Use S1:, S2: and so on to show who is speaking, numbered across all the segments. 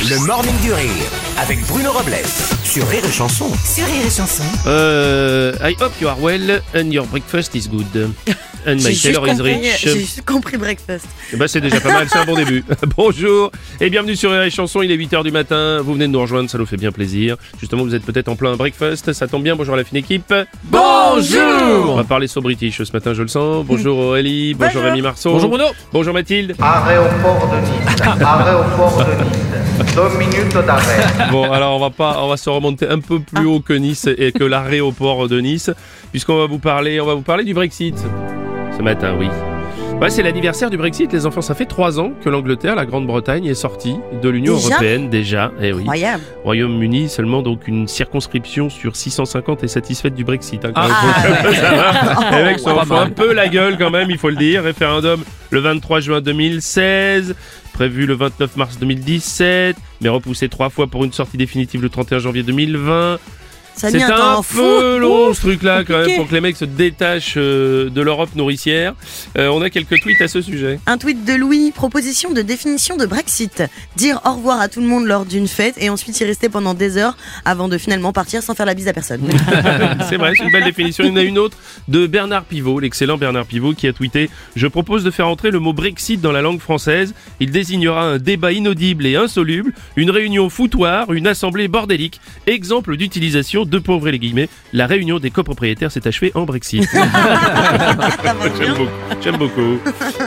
S1: Le Morning du Rire avec Bruno Robles sur Rire et Chanson.
S2: Sur Rire et Chanson.
S3: Euh, I hope you are well and your breakfast is good. And my
S4: J'ai juste
S3: tailor is
S4: compris-
S3: rich.
S4: J'ai juste compris breakfast.
S3: Eh ben, c'est déjà pas mal, c'est un bon début. Bonjour et bienvenue sur Rire et Chanson, il est 8h du matin, vous venez de nous rejoindre, ça nous fait bien plaisir. Justement, vous êtes peut-être en plein breakfast, ça tombe bien, bonjour à la fine équipe. Bonjour On va parler so British ce matin, je le sens. Bonjour Aurélie, bonjour
S4: Bonjour.
S3: Rémi Marceau. Bonjour Bruno Bonjour Mathilde.
S5: Arrêt au port de Nice. Arrêt au port de Nice. Deux minutes d'arrêt.
S3: Bon, alors on va pas, on va se remonter un peu plus haut que Nice et que l'arrêt au port de Nice, puisqu'on va vous parler, on va vous parler du Brexit ce matin, oui. Ouais, c'est l'anniversaire du Brexit, les enfants. Ça fait trois ans que l'Angleterre, la Grande-Bretagne, est sortie de l'Union
S4: Déjà
S3: européenne déjà. Eh oui.
S4: Incroyable.
S3: Royaume-Uni seulement donc une circonscription sur 650 est satisfaite du Brexit. hein,
S4: Ah,
S3: quand même.
S4: bah,
S3: Les mecs se font un peu la gueule quand même, il faut le dire. Référendum le 23 juin 2016, prévu le 29 mars 2017, mais repoussé trois fois pour une sortie définitive le 31 janvier 2020.
S4: Ça a mis
S3: C'est
S4: un
S3: un
S4: temps fou.
S3: peu long ce truc-là quand même
S4: compliqué.
S3: pour que les mecs se détachent euh, de l'Europe nourricière. Euh, on a quelques tweets à ce sujet.
S4: Un tweet de Louis, proposition de définition de Brexit. Dire au revoir à tout le monde lors d'une fête et ensuite y rester pendant des heures avant de finalement partir sans faire la bise à personne.
S3: c'est vrai, c'est une belle définition. Il y en a une autre de Bernard Pivot, l'excellent Bernard Pivot, qui a tweeté Je propose de faire entrer le mot Brexit dans la langue française. Il désignera un débat inaudible et insoluble, une réunion foutoir, une assemblée bordélique. Exemple d'utilisation de pauvres les guillemets. La réunion des copropriétaires s'est achevée en Brexit. J'aime beaucoup. J'aime beaucoup.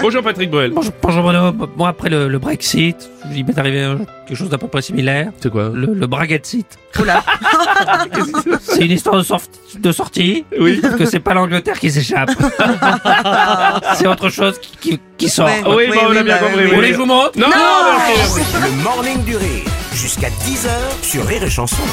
S3: Bonjour Patrick Bruel.
S6: Bonjour, bonjour Bruno. Bon, après le, le Brexit, il m'est arrivé euh, quelque chose d'à peu près similaire.
S3: C'est quoi
S6: Le, le Bragatzit. C'est une histoire de, sorti- de sortie.
S3: Oui.
S6: Sauf Que c'est pas l'Angleterre qui s'échappe. c'est autre chose qui, qui- qui sort.
S4: Ouais.
S3: Oui,
S4: Oui,
S3: bah, on
S4: oui,
S3: a bien
S4: bah,
S3: compris.
S4: oui.
S6: Vous
S3: oui.
S6: voulez que je vous montre
S3: Non, non, non, non.
S1: Le Morning du Rire jusqu'à 10h sur Rire et Chanson.